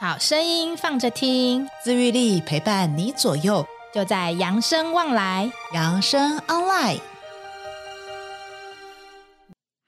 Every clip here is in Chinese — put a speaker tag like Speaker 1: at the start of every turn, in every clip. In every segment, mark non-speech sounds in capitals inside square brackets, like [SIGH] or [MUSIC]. Speaker 1: 好声音放着听，
Speaker 2: 自愈力陪伴你左右，
Speaker 1: 就在扬声望来。
Speaker 2: 养生 online。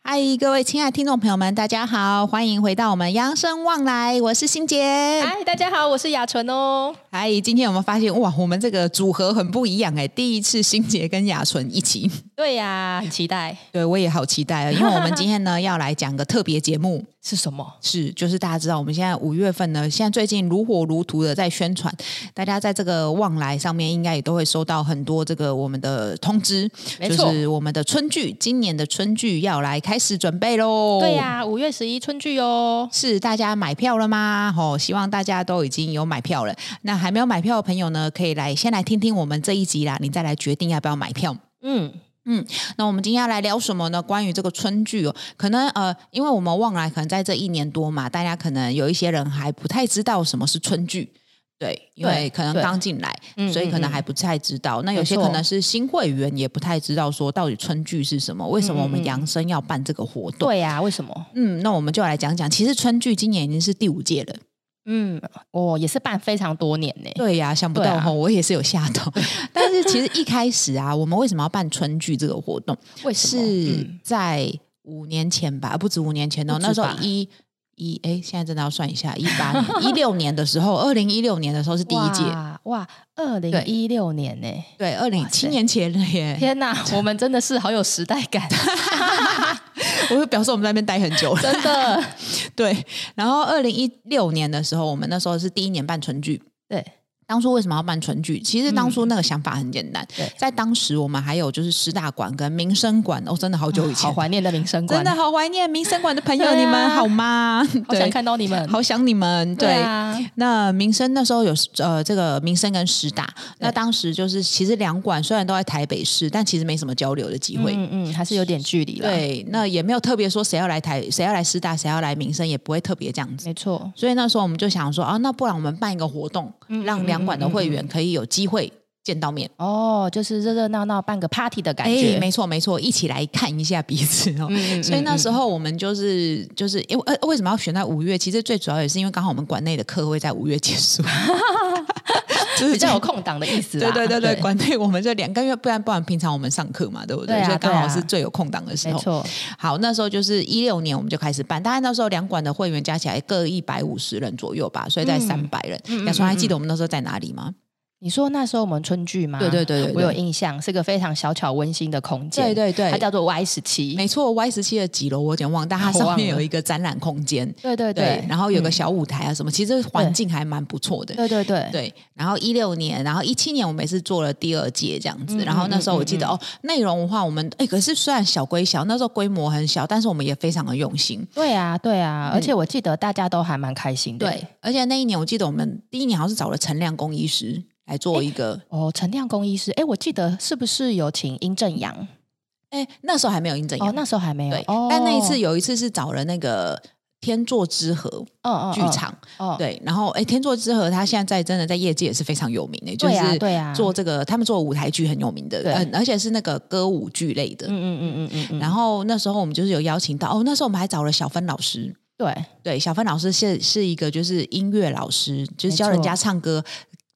Speaker 2: 嗨，各位亲爱的听众朋友们，大家好，欢迎回到我们养生望来，我是欣杰。
Speaker 1: 嗨，大家好，我是雅纯哦。
Speaker 2: 嗨，今天有没有发现哇，我们这个组合很不一样哎，第一次欣杰跟雅纯一起，
Speaker 1: 对呀、很期待
Speaker 2: 对我也好期待哦，因为我们今天呢要来讲个特别节目，
Speaker 1: 是什么？
Speaker 2: 是，就是大家知道，我们现在五月份呢，现在最近如火如荼的在宣传，大家在这个旺来上面应该也都会收到很多这个我们的通知，
Speaker 1: 没
Speaker 2: 就
Speaker 1: 错
Speaker 2: 是我们的春剧，今年的春剧要来开始准备喽。
Speaker 1: 对呀、五月十一春剧哦。
Speaker 2: 是大家买票了吗？哦，希望大家都已经有买票了。那还没有买票的朋友呢，可以来先来听听我们这一集啦，你再来决定要不要买票。
Speaker 1: 嗯，
Speaker 2: 那我们今天要来聊什么呢？关于这个春剧哦，可能呃，因为我们望来可能在这一年多嘛，大家可能有一些人还不太知道什么是春剧。对，因为可能
Speaker 1: 对
Speaker 2: 刚进来
Speaker 1: 嗯，
Speaker 2: 所以可
Speaker 1: 嗯
Speaker 2: 能
Speaker 1: 嗯
Speaker 2: 还不太知道。那有
Speaker 1: 没
Speaker 2: 些
Speaker 1: 错
Speaker 2: 可能是新会员也不太知道，说到底春剧是什么？为什么我
Speaker 1: 嗯嗯
Speaker 2: 们
Speaker 1: 嗯
Speaker 2: 扬生要办这个活动？
Speaker 1: 对呀、为什么？
Speaker 2: 嗯，那我们就来讲讲，其实春剧今年已经是第五届了。
Speaker 1: 嗯，我也是办非常多年呢。
Speaker 2: 对呀、想不
Speaker 1: 对
Speaker 2: 到
Speaker 1: 啊
Speaker 2: 哈、我也是有吓
Speaker 1: [LAUGHS]
Speaker 2: 到。但是其实一开始啊，我们为什么要办春剧这个活动？
Speaker 1: 为什么？
Speaker 2: 是
Speaker 1: 嗯
Speaker 2: 在五年前吧，不止五年前哦，
Speaker 1: 不止
Speaker 2: 那时候
Speaker 1: 吧
Speaker 2: 一一哎，现在真的要算一下，一八
Speaker 1: [LAUGHS]
Speaker 2: 年、一六年的时候，二零一六年的时候是第一届，
Speaker 1: 哇哇，二零一六年呢，
Speaker 2: 对，二零
Speaker 1: 哇
Speaker 2: 七
Speaker 1: 塞
Speaker 2: 年前了耶，
Speaker 1: [LAUGHS] 天哪，我们真的是好有时代感，
Speaker 2: [LAUGHS] 我就表示我们在那边待很久
Speaker 1: [LAUGHS]
Speaker 2: 了，
Speaker 1: 真的。
Speaker 2: 对。然后二零一六年的时候，我们那时候是第一年办春剧，
Speaker 1: [LAUGHS] 对，
Speaker 2: 当初为什么要办纯剧？其实当初那个想法很简单，
Speaker 1: 嗯对
Speaker 2: 在当时我们还有就是师大馆跟民生馆，哦，真的好久以前，
Speaker 1: 啊好怀念的民生
Speaker 2: 真
Speaker 1: 观，
Speaker 2: 的好怀念民生馆的朋友，
Speaker 1: 对啊
Speaker 2: 你们好吗？
Speaker 1: 好想
Speaker 2: 对
Speaker 1: 看到你们。
Speaker 2: 好想你们，对。
Speaker 1: 啊，
Speaker 2: 那民生那时候有呃，这个民生跟师大，那当时就是其实两馆虽然都在台北市，但其实没什么交流的机会。
Speaker 1: 嗯嗯，还是有点距离了。，
Speaker 2: 对，那也没有特别说谁要来台，谁要来师大，谁要来民生，也不会特别这样子。
Speaker 1: 没错，
Speaker 2: 所以那时候我们就想说啊，那不然我们办一个活动，
Speaker 1: 嗯
Speaker 2: 让两馆的会员可以有机会见到面。
Speaker 1: 哦，就是热热闹闹办个 party 的感
Speaker 2: 哎，
Speaker 1: 觉。
Speaker 2: 没错没错，一起来看一下彼此 [LAUGHS] 哦。
Speaker 1: 嗯
Speaker 2: 所以那时
Speaker 1: 候
Speaker 2: 候我们就是就是因为呃为什么要选在五月？其实最主要也是因为刚好我们馆内的课会在五月结 [LAUGHS] 束，就是
Speaker 1: 比较有空档的意思
Speaker 2: 对
Speaker 1: 啦。
Speaker 2: 对对对，馆内我们这两个月，不然不然平常我们上课嘛，对不对？
Speaker 1: 对啊
Speaker 2: 所以刚好
Speaker 1: 对啊
Speaker 2: 是最有空档的时
Speaker 1: 没
Speaker 2: 候。
Speaker 1: 错，
Speaker 2: 好，那时候就是一六年我们就开始办，大概那时候两馆的会员加起来各一百五十人左右吧，所以在
Speaker 1: 嗯
Speaker 2: 三百人。
Speaker 1: 嗯嗯
Speaker 2: 亚川还
Speaker 1: 嗯
Speaker 2: 记得我们那时候在哪里吗？
Speaker 1: 你说那时候我们春剧吗？
Speaker 2: 对对对对对
Speaker 1: 我有印象，是个非常小巧温馨的空间。
Speaker 2: 对对对
Speaker 1: 它叫做 Y 十七。
Speaker 2: 没错，Y 十七的几楼我有点忘，但它
Speaker 1: 我
Speaker 2: 上
Speaker 1: 忘
Speaker 2: 面
Speaker 1: 了
Speaker 2: 有一个展览空间，
Speaker 1: 对对嗯
Speaker 2: 对，然后有个小舞台啊什么，其实环
Speaker 1: 对
Speaker 2: 境还蛮不错的。
Speaker 1: 对对对，
Speaker 2: 对，然后一六年，然后一七年，我们也是做了第二届
Speaker 1: 嗯
Speaker 2: 这样子。然后那时候我记得、哦，内容的话，我们哎，可是虽然小归小，那时候规模很小，但是我们也非常的用心。
Speaker 1: 对啊对啊，
Speaker 2: 嗯
Speaker 1: 而且我记得大家都还蛮开心的。，
Speaker 2: 而且那一年我记得我们第一年好像是找了陈亮工医师来做一个，
Speaker 1: 哦，陈亮公医师，哎，我记得是不是有请殷正阳？哦
Speaker 2: 哎，那时候还没有印证
Speaker 1: 哦，那时候还没有
Speaker 2: 对，。
Speaker 1: 哦，
Speaker 2: 但那一次有一次是找了那个天作之合
Speaker 1: 嗯嗯嗯
Speaker 2: 剧场，
Speaker 1: 哦，
Speaker 2: 对，然后哎，天作之合他现在在真的在业界也是非常有名的，就
Speaker 1: 对啊
Speaker 2: 是
Speaker 1: 对啊
Speaker 2: 做这个他们做舞台剧很有名的，
Speaker 1: 对
Speaker 2: 嗯，而且是那个歌舞剧类的，
Speaker 1: 嗯嗯嗯嗯嗯，
Speaker 2: 然后那时候我们就是有邀请到哦，那时候我们还找了小芬老师，
Speaker 1: 对，
Speaker 2: 对，小芬老师是是一个就是音乐老师，就是
Speaker 1: 没
Speaker 2: 教人家
Speaker 1: 错，
Speaker 2: 唱歌，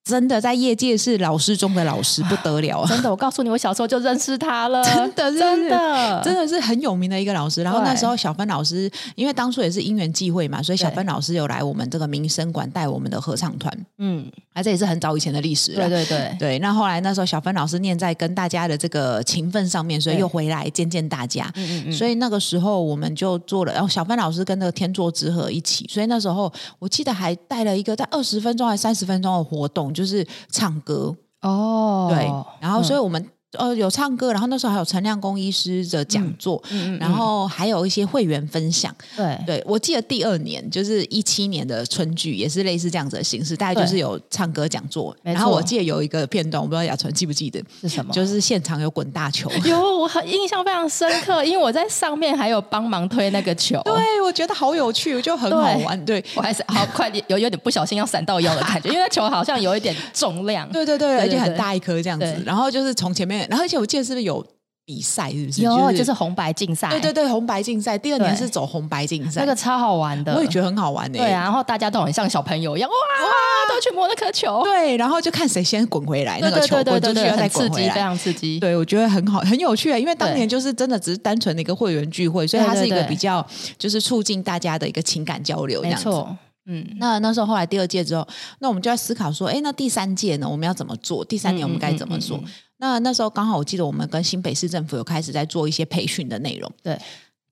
Speaker 2: 真的在业界是老师中的老师，不得了
Speaker 1: [LAUGHS]
Speaker 2: 啊
Speaker 1: 真的，我告诉你，我小时候就认识他了，
Speaker 2: 真的
Speaker 1: 真的，
Speaker 2: 真的是很有名的一个老师。然后
Speaker 1: 对
Speaker 2: 那时候小芬老师，因为当初也是因缘际会嘛，所以小
Speaker 1: 对
Speaker 2: 芬老师有来我们这个民生馆带我们的合唱团，
Speaker 1: 嗯，
Speaker 2: 啊，这也是很早以前的历史了。
Speaker 1: 对对对，
Speaker 2: 对，那后来那时候小芬老师念在跟大家的这个情分上面，所以
Speaker 1: 对
Speaker 2: 又回来见见大家。
Speaker 1: 嗯嗯嗯，
Speaker 2: 所以那个时候我们就做了，然后小范老师跟那个天作之合一起，所以那时候我记得还带了一个在二十分钟还三十分钟的活动，就是唱歌，
Speaker 1: 哦，
Speaker 2: 对，然后所
Speaker 1: 以，
Speaker 2: 以我们、呃有唱歌，然后那时候还有陈亮公医师的讲座，
Speaker 1: 嗯嗯嗯
Speaker 2: 然后还有一些会员分享。
Speaker 1: 对
Speaker 2: 对我记得第二年就是一七年的春剧，也是类似这样子的形式，大概就是
Speaker 1: 对
Speaker 2: 有唱歌讲座，
Speaker 1: 没
Speaker 2: 然后我
Speaker 1: 错
Speaker 2: 记得有一个片段，我不知道雅纯记不记得，
Speaker 1: 是什么？
Speaker 2: 就是现场有滚大
Speaker 1: [LAUGHS]
Speaker 2: 球。
Speaker 1: 有，我很印象非常深刻，因为我在上面还有帮忙推那个球，
Speaker 2: 对，我觉得好有趣，就很好
Speaker 1: 对
Speaker 2: 玩。对，
Speaker 1: 我还是好快点，有有点不小心要闪到腰的感觉，因为那球好像有一点重量， [LAUGHS]
Speaker 2: 对对对，而且
Speaker 1: 对
Speaker 2: 很
Speaker 1: 对
Speaker 2: 大一颗这样子
Speaker 1: 对。
Speaker 2: 然后就是从前面，然后而且我记得是不是有比赛，是不是？
Speaker 1: 有，
Speaker 2: 就
Speaker 1: 就是
Speaker 2: 是
Speaker 1: 红白竞赛，
Speaker 2: 对对对，红白竞赛。第二年
Speaker 1: 对
Speaker 2: 是走红白竞赛，
Speaker 1: 那个超好玩的。
Speaker 2: 我也觉得很好玩诶、欸
Speaker 1: 对啊，然后大家都很像小朋友一样，哇，都去摸那颗球，
Speaker 2: 对，然后就看谁先滚回来，那个
Speaker 1: 对
Speaker 2: 球
Speaker 1: 对对
Speaker 2: 滚出
Speaker 1: 对
Speaker 2: 去
Speaker 1: 对，啊
Speaker 2: 要再
Speaker 1: 很刺
Speaker 2: 滚回
Speaker 1: 激，非
Speaker 2: 来。
Speaker 1: 常刺激。
Speaker 2: 对，我觉得很好，很有趣啊！因为当
Speaker 1: 对
Speaker 2: 年就是真的只是单纯的一个会员聚会，所以
Speaker 1: 对
Speaker 2: 它
Speaker 1: 对
Speaker 2: 是一个
Speaker 1: 对
Speaker 2: 比较就是促进大家的一个情感交流，这
Speaker 1: 没
Speaker 2: 样子。
Speaker 1: 错，嗯，
Speaker 2: 那那时候后来第二届之后，那我们就在思考说，哎，那第三届呢，我们要怎么做？第三年我们该怎么做？
Speaker 1: 嗯嗯嗯
Speaker 2: 那那时候刚好我记得我们跟新北市政府有开始在做一些培训的内容，
Speaker 1: 对。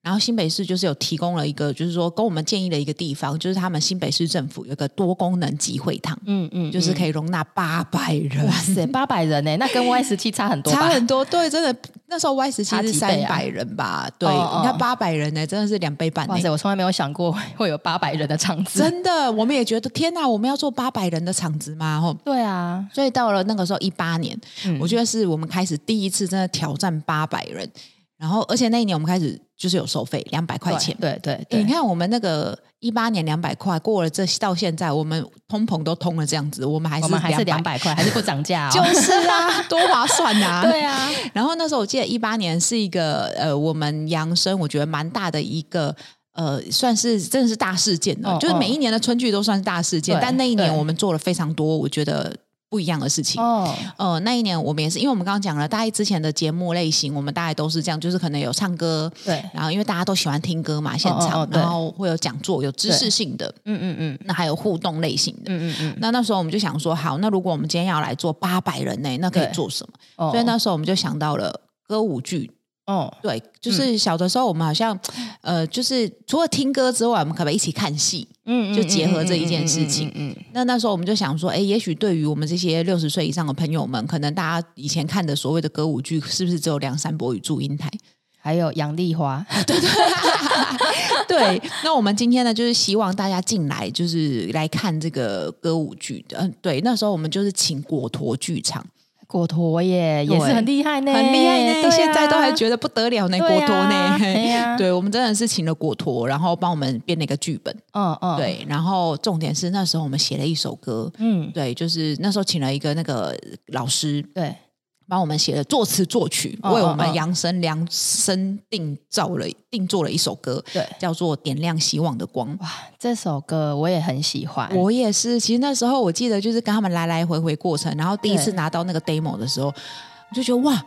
Speaker 2: 然后新北市就是有提供了一个，就是说跟我们建议了一个地方，就是他们新北市政府有一个多功能集会堂，
Speaker 1: 嗯嗯，
Speaker 2: 就是可
Speaker 1: 以。
Speaker 2: 以容纳八百人，
Speaker 1: 哇
Speaker 2: [LAUGHS]
Speaker 1: 塞，八百人欸呢、那跟 Y 十七差很多吧？
Speaker 2: 差很多。对，真的那时候 Y 十七
Speaker 1: 差
Speaker 2: 是
Speaker 1: 几
Speaker 2: 三
Speaker 1: 倍啊
Speaker 2: 百人吧？对，
Speaker 1: 哦哦
Speaker 2: 你看八百人呢、真的是两倍半、呢。
Speaker 1: 哇塞，我从来没有想过会有八百人的场子。
Speaker 2: 欸真的，我们也觉得天哪，我们要做八百人的场子吗？吼，
Speaker 1: 对啊，
Speaker 2: 所以到了那个时候一八年，
Speaker 1: 嗯
Speaker 2: 我觉得是我们开始第一次真的挑战八百人，然后而且那一年我们开始就是有收费两百块钱。
Speaker 1: 对对对
Speaker 2: 诶
Speaker 1: 对
Speaker 2: 你看我们那个一八年两百块过了这到现在，我们通膨都通了这样子，我们还是
Speaker 1: 我们还是两
Speaker 2: 200，
Speaker 1: 百块，还是不涨价、 [LAUGHS] 哦。
Speaker 2: [LAUGHS] 就是啊，多划算啊！
Speaker 1: 对啊，
Speaker 2: 然后那时候我记得一八年是一个呃，我们扬声我觉得蛮大的一个。呃，算是真的是大事件哦，
Speaker 1: 哦
Speaker 2: 就是每一年的春剧都算是大事件，
Speaker 1: 对
Speaker 2: 但那一年
Speaker 1: 对
Speaker 2: 我们做了非常多我觉得不一样的事情。
Speaker 1: 哦，
Speaker 2: 呃，那一年我们也是，因为我们刚刚讲了，大概之前的节目类型，我们大概都是这样，就是可能有唱歌，
Speaker 1: 对，
Speaker 2: 然后因为大家都喜欢听歌嘛，现场，
Speaker 1: 哦对
Speaker 2: 然后会有讲座，有知识性的，
Speaker 1: 嗯嗯嗯
Speaker 2: 那还有互动类型的。
Speaker 1: 嗯嗯嗯，
Speaker 2: 那那时候我们就想说，好，那如果我们今天要来做八百人呢，那可以
Speaker 1: 对
Speaker 2: 做什么？
Speaker 1: 哦
Speaker 2: 所以，那时候我们就想到了歌舞剧。
Speaker 1: 哦，
Speaker 2: 对，就是小的时候我们好像，呃，就是除了听歌之外，我们可不可以一起看戏？
Speaker 1: 嗯
Speaker 2: 就结合这一件事情，
Speaker 1: 嗯嗯嗯嗯
Speaker 2: 那那时候我们就想说，哎，也许对于我们这些六十岁以上的朋友们，可能大家以前看的所谓的歌舞剧，是不是只有梁山伯与祝英台？ [LAUGHS]
Speaker 1: 还有杨丽花，
Speaker 2: 对，那我们今天呢，就是希望大家进来，就是来看这个歌舞剧的。嗯，对，那时候我们就是请果陀剧场，
Speaker 1: 果陀耶也是很厉害呢，
Speaker 2: 很厉害呢，
Speaker 1: 对啊啊
Speaker 2: 现在都还觉得不得了呢，果陀呢。
Speaker 1: 对啊呀，
Speaker 2: [LAUGHS] 对，我们真的是请了果陀，然后帮我们编了一个剧本。
Speaker 1: 嗯嗯，，
Speaker 2: 对，然后重点是那时候我们写了一首歌，
Speaker 1: 嗯
Speaker 2: 对，就是那时候请了一个那个老师
Speaker 1: 对，
Speaker 2: 帮我们写了作词作曲，
Speaker 1: 哦
Speaker 2: 为我
Speaker 1: 哦
Speaker 2: 们
Speaker 1: 哦
Speaker 2: 量身量身定造了定做了一首歌，
Speaker 1: 对
Speaker 2: 叫做《点亮希望的光》。
Speaker 1: 这首歌我也很喜欢，
Speaker 2: 我也是，其实那时候我记得就是跟他们来来回回过程，然后第一次
Speaker 1: 对
Speaker 2: 拿到那个 demo 的时候，我就觉得哇，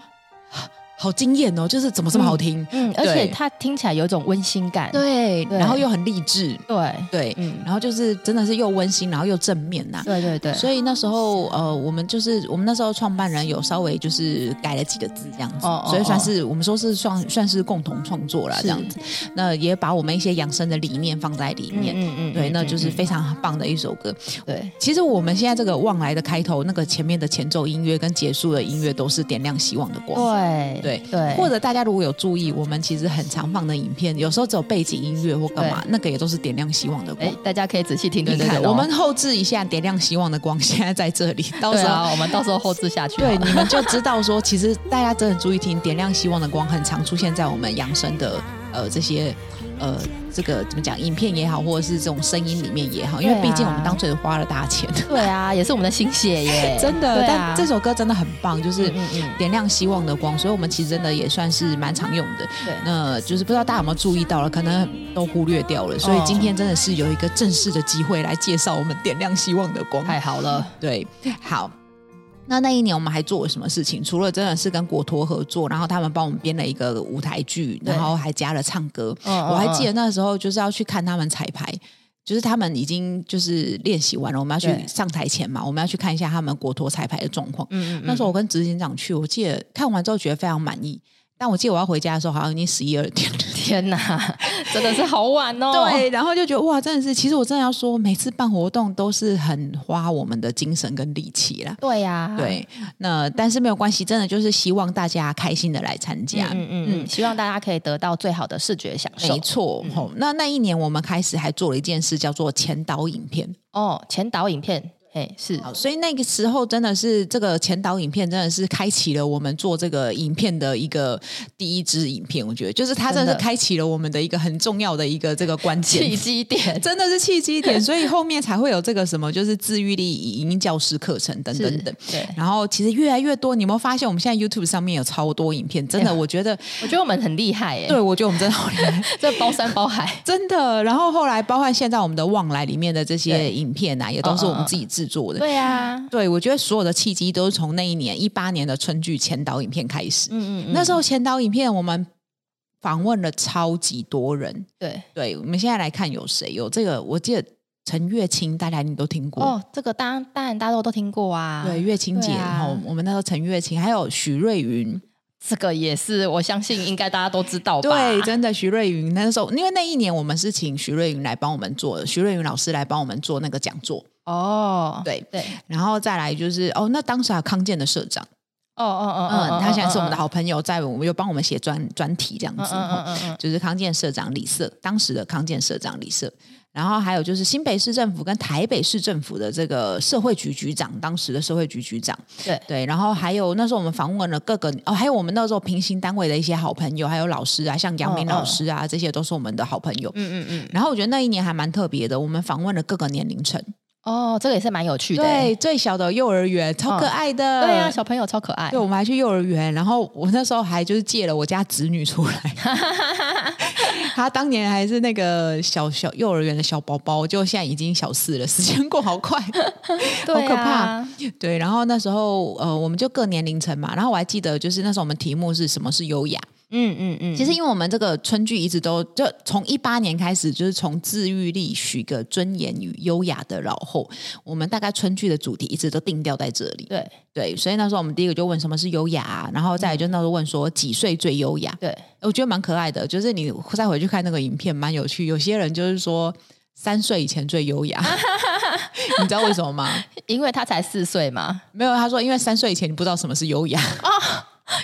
Speaker 2: 好惊艳哦，就是怎么这么好听？
Speaker 1: 嗯，而且
Speaker 2: 对
Speaker 1: 它听起来有一种温馨感，
Speaker 2: 对，
Speaker 1: 对
Speaker 2: 然后又很励志，
Speaker 1: 对，
Speaker 2: 对，
Speaker 1: 嗯，
Speaker 2: 然后就是真的是又温馨，然后又正面呐、
Speaker 1: 对对对，
Speaker 2: 所以那时候，呃，我们就是我们那时候创办人有稍微就是改了几个字这样子，
Speaker 1: 哦哦
Speaker 2: 所以算是我们说是算算是共同创作啦
Speaker 1: 是
Speaker 2: 这样子。那也把我们一些养生的理念放在里面，
Speaker 1: 嗯
Speaker 2: 对，那就是非常棒的一首歌。
Speaker 1: 对，
Speaker 2: 其实我们现在这个望来的开头，那个前面的前奏音乐跟结束的音乐都是点亮希望的光。
Speaker 1: 对
Speaker 2: 对
Speaker 1: 对，
Speaker 2: 或者大家如果有注意，我们其实很常放的影片，有时候只有背景音乐或干嘛，那个也都是点亮希望的光
Speaker 1: 哎。，大家可以仔细听
Speaker 2: 对
Speaker 1: 听
Speaker 2: 对
Speaker 1: 看
Speaker 2: 对，
Speaker 1: 哦，
Speaker 2: 我们后置一下点亮希望的光，现在在这里，到
Speaker 1: 对
Speaker 2: 时候
Speaker 1: 啊，我们到时候后置下去好了，
Speaker 2: 对，你们就知道说，其实大家真的注意听，点亮希望的光很常出现在我们养生的呃这些呃这个怎么讲，影片也好，或者是这种声音里面也好，因为
Speaker 1: 对啊
Speaker 2: 毕竟我们当初也花了大
Speaker 1: [LAUGHS]
Speaker 2: 钱，
Speaker 1: 对啊，也是我们的心血耶，
Speaker 2: 真的。
Speaker 1: 对啊
Speaker 2: 但这首歌真的很棒，就是
Speaker 1: 嗯嗯嗯
Speaker 2: 点亮希望的光，所以我们其实真的也算是蛮常用的。
Speaker 1: 对
Speaker 2: 那就是不知道大家有没有注意到了，可能都忽略掉了，所以
Speaker 1: 哦
Speaker 2: 今天真的是有一个正式的机会来介绍我们点亮希望的光。
Speaker 1: 太好了，
Speaker 2: 对，好。那那一年我们还做了什么事情？除了真的是跟国托合作，然后他们帮我们编了一个舞台剧，
Speaker 1: 对
Speaker 2: 然后还加了唱歌。
Speaker 1: 嗯
Speaker 2: 我还记得那时候就是要去看他们彩排，就是他们已经就是练习完了，我们要去
Speaker 1: 对
Speaker 2: 上台前嘛，我们要去看一下他们国托彩排的状况。
Speaker 1: 嗯嗯嗯
Speaker 2: 那时候我跟执行长去，我记得看完之后觉得非常满意，但我记得我要回家的时候好像已经十一二点了。
Speaker 1: 天哪， [LAUGHS] 真的是好晚哦。
Speaker 2: [LAUGHS] 对，然后就觉得哇，真的是，其实我真的要说，每次办活动都是很花我们的精神跟力气啦。
Speaker 1: 对呀、，
Speaker 2: 对，那但是没有关系，真的就是希望大家开心的来参加。
Speaker 1: 嗯嗯嗯，希望大家可以得到最好的视觉享受
Speaker 2: 没。错，
Speaker 1: 嗯
Speaker 2: 吼、那那一年我们开始还做了一件事，叫做前导影片。
Speaker 1: 哦，前导影片，嘿，是
Speaker 2: 好，所以那个时候真的是这个前导影片，真的是开启了我们做这个影片的一个第一支影片。我觉得，就是它真的
Speaker 1: 真的
Speaker 2: 是开启了我们的一个很重要的一个这个关
Speaker 1: 契
Speaker 2: 键，
Speaker 1: 机点，
Speaker 2: 真的是契
Speaker 1: [LAUGHS]
Speaker 2: 机点，所以后面才会有这个什么，就是自愈力影音教师课程等
Speaker 1: 是
Speaker 2: 等等。
Speaker 1: 对，
Speaker 2: 然后其实越来越多，你有没有发现我们现在 YouTube 上面有超多影片？真的，
Speaker 1: 哎呀
Speaker 2: 我觉得，
Speaker 1: 我觉得我们很厉害耶、
Speaker 2: 对我觉得我们真的好 [LAUGHS] 厉害。
Speaker 1: 这包山包海，
Speaker 2: 真的，然后后来包含现在我们的望来里面的这些
Speaker 1: 对
Speaker 2: 影片啊，也都是我们自己制作的。
Speaker 1: 对啊，
Speaker 2: 对，我觉得所有的契机都是从那一年一八年的春剧前导影片开始。
Speaker 1: 嗯
Speaker 2: 那时候前导影片我们访问了超级多人。
Speaker 1: 对
Speaker 2: 对，我们现在来看有谁有这个，我记得陈月清，大家你都听过。
Speaker 1: 哦，这个当然当然大家都听过啊，
Speaker 2: 对，月清姐，
Speaker 1: 对啊
Speaker 2: 然后我们那时候陈月清，还有许瑞云，
Speaker 1: 这个也是我相信应该大家都知道吧？
Speaker 2: 对，真的许瑞云那时候，因为那一年我们是请许瑞云来帮我们做，许瑞云老师来帮我们做那个讲座，
Speaker 1: 哦，
Speaker 2: 对，
Speaker 1: 对，
Speaker 2: 然后再来就是哦，那当时还有康健的社长，
Speaker 1: 哦哦哦，
Speaker 2: 嗯，他现在是我们的
Speaker 1: 好，
Speaker 2: 好哦朋友，在我们又帮我们写专专题这样
Speaker 1: 嗯
Speaker 2: 子，
Speaker 1: 嗯嗯
Speaker 2: 哈
Speaker 1: 嗯
Speaker 2: [LAUGHS]
Speaker 1: 嗯，
Speaker 2: 就是康健社长李社，当时的康健社长李社，然后还有就是新北市政府跟台北市政府的这个社会局局长，当时的社会局局长，
Speaker 1: 对
Speaker 2: 对，然后还有那时候我们访问了各个哦，还有我们那时候平行单位的一些好朋友，还有老师啊，像杨明
Speaker 1: 嗯嗯
Speaker 2: 老师啊，这些都是我们的好朋友。
Speaker 1: 嗯嗯嗯，
Speaker 2: 然后我觉得那一年还蛮特别的，我们访问了各个年龄层，
Speaker 1: 哦，这个也是蛮有趣的、欸
Speaker 2: 对，最小的幼儿园，超可爱的，
Speaker 1: 嗯对啊，小朋友超可爱
Speaker 2: 对，，我们还去幼儿园，然后我那时候还就是借了我家侄女出来，她当年还是那个小小幼儿园的小宝宝，就现在已经小四了，时间过好快。
Speaker 1: 对啊
Speaker 2: 好可怕，对，然后那时候呃，我们就各年龄层嘛，然后我还记得就是那时候我们题目是什么是优雅。
Speaker 1: 嗯嗯嗯，
Speaker 2: 其实因为我们这个春剧一直都就从一八年开始，就是从自愈力、许个尊严与优雅的老后，我们大概春剧的主题一直都定调在这里。
Speaker 1: 对
Speaker 2: 对，所以那时候我们第一个就问什么是优雅、啊然后再来就那时候问说几岁最优雅，
Speaker 1: 对，
Speaker 2: 我觉得蛮可爱的，就是你再回去看那个影片，蛮有趣。有些人就是说三岁以前最优 [LAUGHS] 雅，你知道为什么吗？
Speaker 1: 因为他才四岁嘛，
Speaker 2: 没有，他说因为三岁以前你不知道什么是优雅。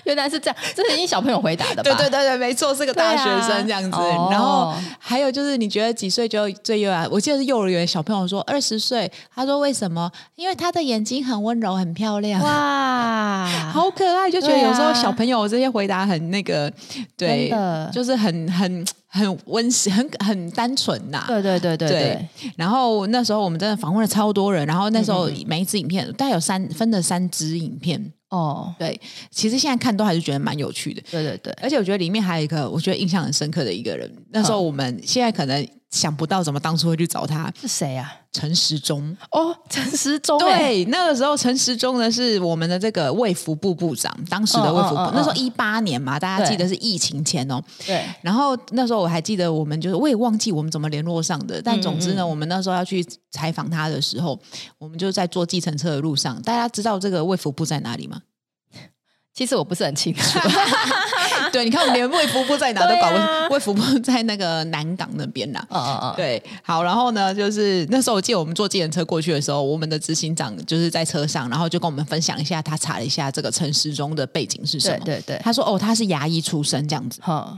Speaker 1: 原来是这样，这是因小朋友回答的吧？
Speaker 2: 对对对对，没错，是个大学生这样子。
Speaker 1: 对啊哦
Speaker 2: 然后还有就是，你觉得几岁就最优雅？我记得是幼儿园小朋友说二十岁，他说为什么？因为他的眼睛很温柔，很漂亮。
Speaker 1: 哇，
Speaker 2: 好可爱，就觉得
Speaker 1: 对啊
Speaker 2: 有时候小朋友这些回答很那个，对
Speaker 1: 真的，
Speaker 2: 就是很很很温馨，很很单纯呐、
Speaker 1: 对对对对
Speaker 2: 对
Speaker 1: 对，
Speaker 2: 然后那时候我们真的访问了超多人，然后那时
Speaker 1: 嗯
Speaker 2: 候每一支影片大概有三分了三支影片，
Speaker 1: 哦，
Speaker 2: 对，其实现在看都还是觉得蛮有趣的。
Speaker 1: 对对对，
Speaker 2: 而且我觉得里面还有一个我觉得印象很深刻的一个人，那
Speaker 1: 嗯
Speaker 2: 时候我们现在可能想不到怎么当初会去找他，
Speaker 1: 是谁啊？
Speaker 2: 陈时中。
Speaker 1: 哦，陈时中欸，
Speaker 2: 对，那个时候陈时中呢是我们的这个卫福部部长，当时的卫福部，
Speaker 1: 嗯嗯嗯嗯
Speaker 2: 那时候一八年嘛，大家记得是疫情前哦。
Speaker 1: 对
Speaker 2: 然后那时候我还记得，我们就是我也忘记我们怎么联络上的，但
Speaker 1: 嗯
Speaker 2: 总之呢，
Speaker 1: 嗯
Speaker 2: 我们那时候要去采访他的时候，我们就在坐计程车的路上。大家知道这个卫福部在哪
Speaker 1: [LAUGHS]
Speaker 2: 里吗？
Speaker 1: 其实我不是很清楚，
Speaker 2: 对，你看我们连卫福部在哪都搞不
Speaker 1: 对啊，
Speaker 2: 卫福部在那个南港那边啦。
Speaker 1: 哦哦哦，
Speaker 2: 对，好，然后呢，就是那时候我记得我们坐计程车过去的时候，我们的执行长就是在车上，然后就跟我们分享一下，他查了一下这个陈时中的背景是什
Speaker 1: 对
Speaker 2: 么。
Speaker 1: 对对，
Speaker 2: 他说：“哦，他是牙医出身这样子。
Speaker 1: 好，”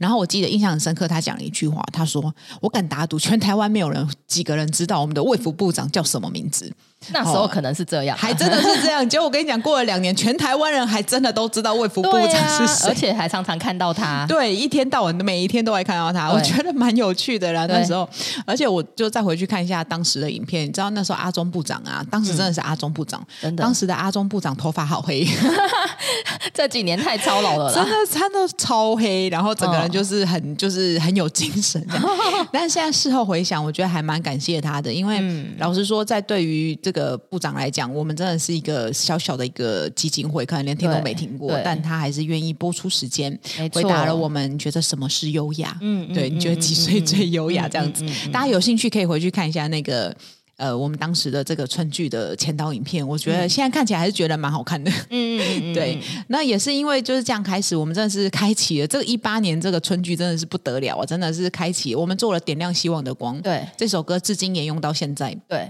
Speaker 2: 然后我记得印象很深刻，他讲了一句话，他说：“我敢打赌，全台湾没有人几个人知道我们的卫福部长叫什么
Speaker 1: [LAUGHS]
Speaker 2: 名字。
Speaker 1: 那时候可能是这”样啊，
Speaker 2: 还真的是这样。结果我跟你讲，过了两年，全台湾人还真的都知道卫福部
Speaker 1: 对
Speaker 2: 长
Speaker 1: 啊
Speaker 2: 是谁，
Speaker 1: 而且还常常看到他，
Speaker 2: 对，一天到晚都每一天都来看到他，
Speaker 1: 对
Speaker 2: 我觉得蛮有趣的啦。
Speaker 1: 对
Speaker 2: 那时候，而且我就再回去看一下当时的影片，你知道那时候阿中部长啊，当时真的是阿中部长，
Speaker 1: 嗯真的
Speaker 2: 当时的阿中部长头发
Speaker 1: [LAUGHS]
Speaker 2: 好黑，
Speaker 1: 这几年太操劳了 [LAUGHS]
Speaker 2: 真
Speaker 1: 啦，
Speaker 2: 的他都超黑，然后整个人
Speaker 1: 嗯
Speaker 2: 就是很、就是很有精神这样。 [LAUGHS] 但是现在事后回想，我觉得还蛮感谢他的，因为、
Speaker 1: 嗯
Speaker 2: 老实说，在对于这个部长来讲，我们真的是一个小小的一个基金会，可能连听都
Speaker 1: 对
Speaker 2: 没听过
Speaker 1: 对，
Speaker 2: 但他还是愿意播出时间
Speaker 1: 没
Speaker 2: 回
Speaker 1: 错
Speaker 2: 答了我们觉得什么是优雅。
Speaker 1: 嗯嗯
Speaker 2: 对，你觉得几岁最优雅这样子？大家有兴趣可以回去看一下那个。呃，我们当时的这个春剧的前导影片，我觉得现在看起来还是觉得蛮好看的。
Speaker 1: 嗯嗯嗯，
Speaker 2: 对，那也是因为就是这样开始，我们真的是开启了这个一八年这个春剧真的是不得了啊，真的是开启我们做了点亮希望的光。
Speaker 1: 对
Speaker 2: 这首歌至今也用到现在，
Speaker 1: 对，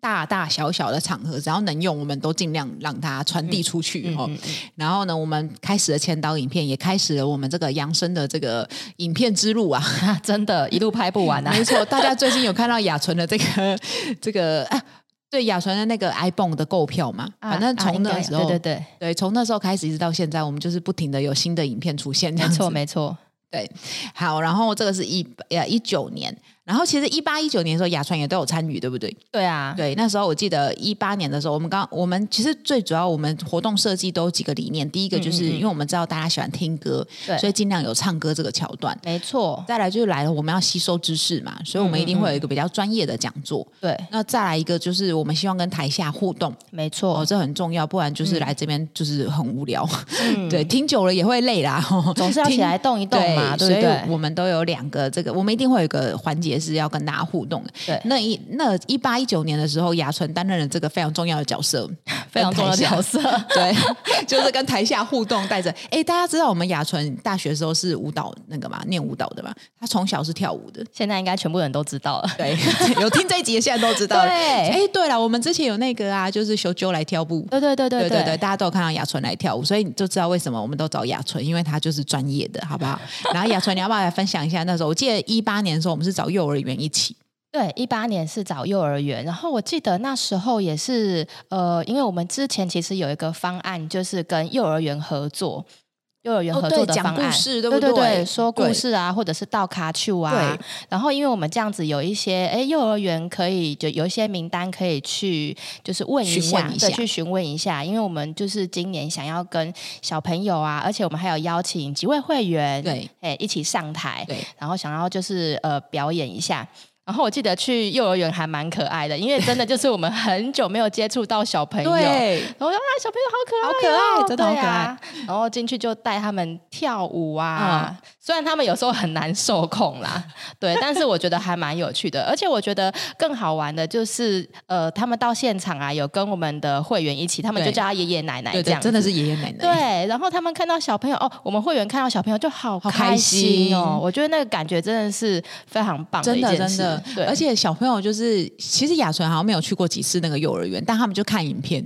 Speaker 2: 大大小小的场合，只要能用，我们都尽量让它传递出
Speaker 1: 嗯
Speaker 2: 去、哦。然后呢，我们开始了前导影片，也开始了我们这个扬声的这个影片之
Speaker 1: [LAUGHS]
Speaker 2: 路啊。
Speaker 1: 啊真的，一路拍不完啊，
Speaker 2: 没错，大家最近有看到雅纯的这个这个啊。对雅纯的那个 iPhone 的购票嘛，
Speaker 1: 啊
Speaker 2: 反正
Speaker 1: 啊
Speaker 2: 从
Speaker 1: 应该
Speaker 2: 那
Speaker 1: 有
Speaker 2: 时候，
Speaker 1: 对对
Speaker 2: 对，从那时候开始一直到现在，我们就是不停的有新的影片出现，
Speaker 1: 对，
Speaker 2: 这样
Speaker 1: 没
Speaker 2: 子
Speaker 1: 错没错，
Speaker 2: 对，好，然后这个是一呃一九年，然后其实一八一九年的时候，雅传也都有参与，对不对？
Speaker 1: 对啊，
Speaker 2: 对，那时候我记得一八年的时候，我们刚我们其实最主要我们活动设计都有几个理念，第一个就
Speaker 1: 嗯
Speaker 2: 是
Speaker 1: 嗯嗯
Speaker 2: 因为我们知道大家喜欢听歌，
Speaker 1: 对
Speaker 2: 所以尽量有唱歌这个桥段。
Speaker 1: 没错，
Speaker 2: 再来就是来了，我们要吸收知识嘛，所以我
Speaker 1: 嗯
Speaker 2: 们一定会有一个比较专业的讲座。
Speaker 1: 对，
Speaker 2: 那再来一个就是我们希望跟台下互动
Speaker 1: 没
Speaker 2: 哦，
Speaker 1: 错，
Speaker 2: 这很重要，不然就是来这边就是很无聊，
Speaker 1: 嗯
Speaker 2: [LAUGHS] 对，听久了也会累啦。哦
Speaker 1: 总是要
Speaker 2: 听
Speaker 1: 起来动一动嘛，对
Speaker 2: 所
Speaker 1: 不
Speaker 2: 以
Speaker 1: 对？
Speaker 2: 我们都有两个这个，我们一定会有一个环节是要跟大家互动的。
Speaker 1: 对
Speaker 2: 那一那一八一九年的时候，牙纯担任了这个非常重要的角色，
Speaker 1: [LAUGHS] 非常重要的角
Speaker 2: 色。
Speaker 1: 色，
Speaker 2: 对， [LAUGHS] 就是跟台下互动，带着哎，诶大家知道我们雅纯大学的时候是舞蹈那个嘛，念舞蹈的嘛，他从小是跳舞的，
Speaker 1: 现在应该全部人都知道了。
Speaker 2: 对， [LAUGHS] 有听这一集的现在都知道了。
Speaker 1: [LAUGHS] 对
Speaker 2: 哎，对了，我们之前有那个啊，就是修啾来跳舞，
Speaker 1: 对对对
Speaker 2: 对
Speaker 1: 对
Speaker 2: 对对，大家都有看到雅纯来跳舞，所以你就知道为什么我们都找雅纯，因为她就是专业的，好不 [LAUGHS] 好？然后雅纯，你要不要来分享一下那时候？我记得一八年的时候，我们是找幼儿园一起，
Speaker 1: 对，一八年是找幼儿园，然后我记得那时候也是，呃，因为我们之前其实有一个方案，就是跟幼儿园合作，幼儿园
Speaker 2: 哦
Speaker 1: 合作
Speaker 2: 对
Speaker 1: 的
Speaker 2: 讲
Speaker 1: 方
Speaker 2: 故
Speaker 1: 案，
Speaker 2: 事对
Speaker 1: 对
Speaker 2: 不对
Speaker 1: 说故
Speaker 2: 对
Speaker 1: 事啊，或者是倒卡去啊
Speaker 2: 对，
Speaker 1: 然后因为我们这样子有一些，哎，幼儿园可以就有一些名单可以去，就是问一
Speaker 2: 询
Speaker 1: 下，
Speaker 2: 问一
Speaker 1: 对，
Speaker 2: 下
Speaker 1: 去询问一下，因为我们就是今年想要跟小朋友啊，而且我们还有邀请几位会员，
Speaker 2: 对，
Speaker 1: 哎，一起上台，
Speaker 2: 对，
Speaker 1: 然后想要就是呃表演一下。然后我记得去幼儿园还蛮可爱的，因为真的就是我们很久没有接触到小朋友。然后我就啊，小朋友好可爱哦、
Speaker 2: 好可爱嗯真的好
Speaker 1: 对啊然后进去就带他们跳舞啊，虽然他们有时候很难受控啦， [LAUGHS] 对，但是我觉得还蛮有趣的。而且我觉得更好玩的就是，呃，他们到现场啊，有跟我们的会员一起，他们就
Speaker 2: 对
Speaker 1: 叫他爷爷奶奶
Speaker 2: 对
Speaker 1: 这
Speaker 2: 对
Speaker 1: 样，
Speaker 2: 真的是爷爷奶奶，
Speaker 1: 对，然后他们看到小朋友哦，我们会员看到小朋友就好
Speaker 2: 好
Speaker 1: 开
Speaker 2: 开
Speaker 1: 心哦，
Speaker 2: 心
Speaker 1: 我觉得那个感觉真的是非常棒
Speaker 2: 真
Speaker 1: 一
Speaker 2: 的
Speaker 1: 件
Speaker 2: 真
Speaker 1: 事，
Speaker 2: 的，
Speaker 1: 对，
Speaker 2: 而且小朋友就是，其实雅纯好像没有去过几次那个幼儿园，但他们就看影片，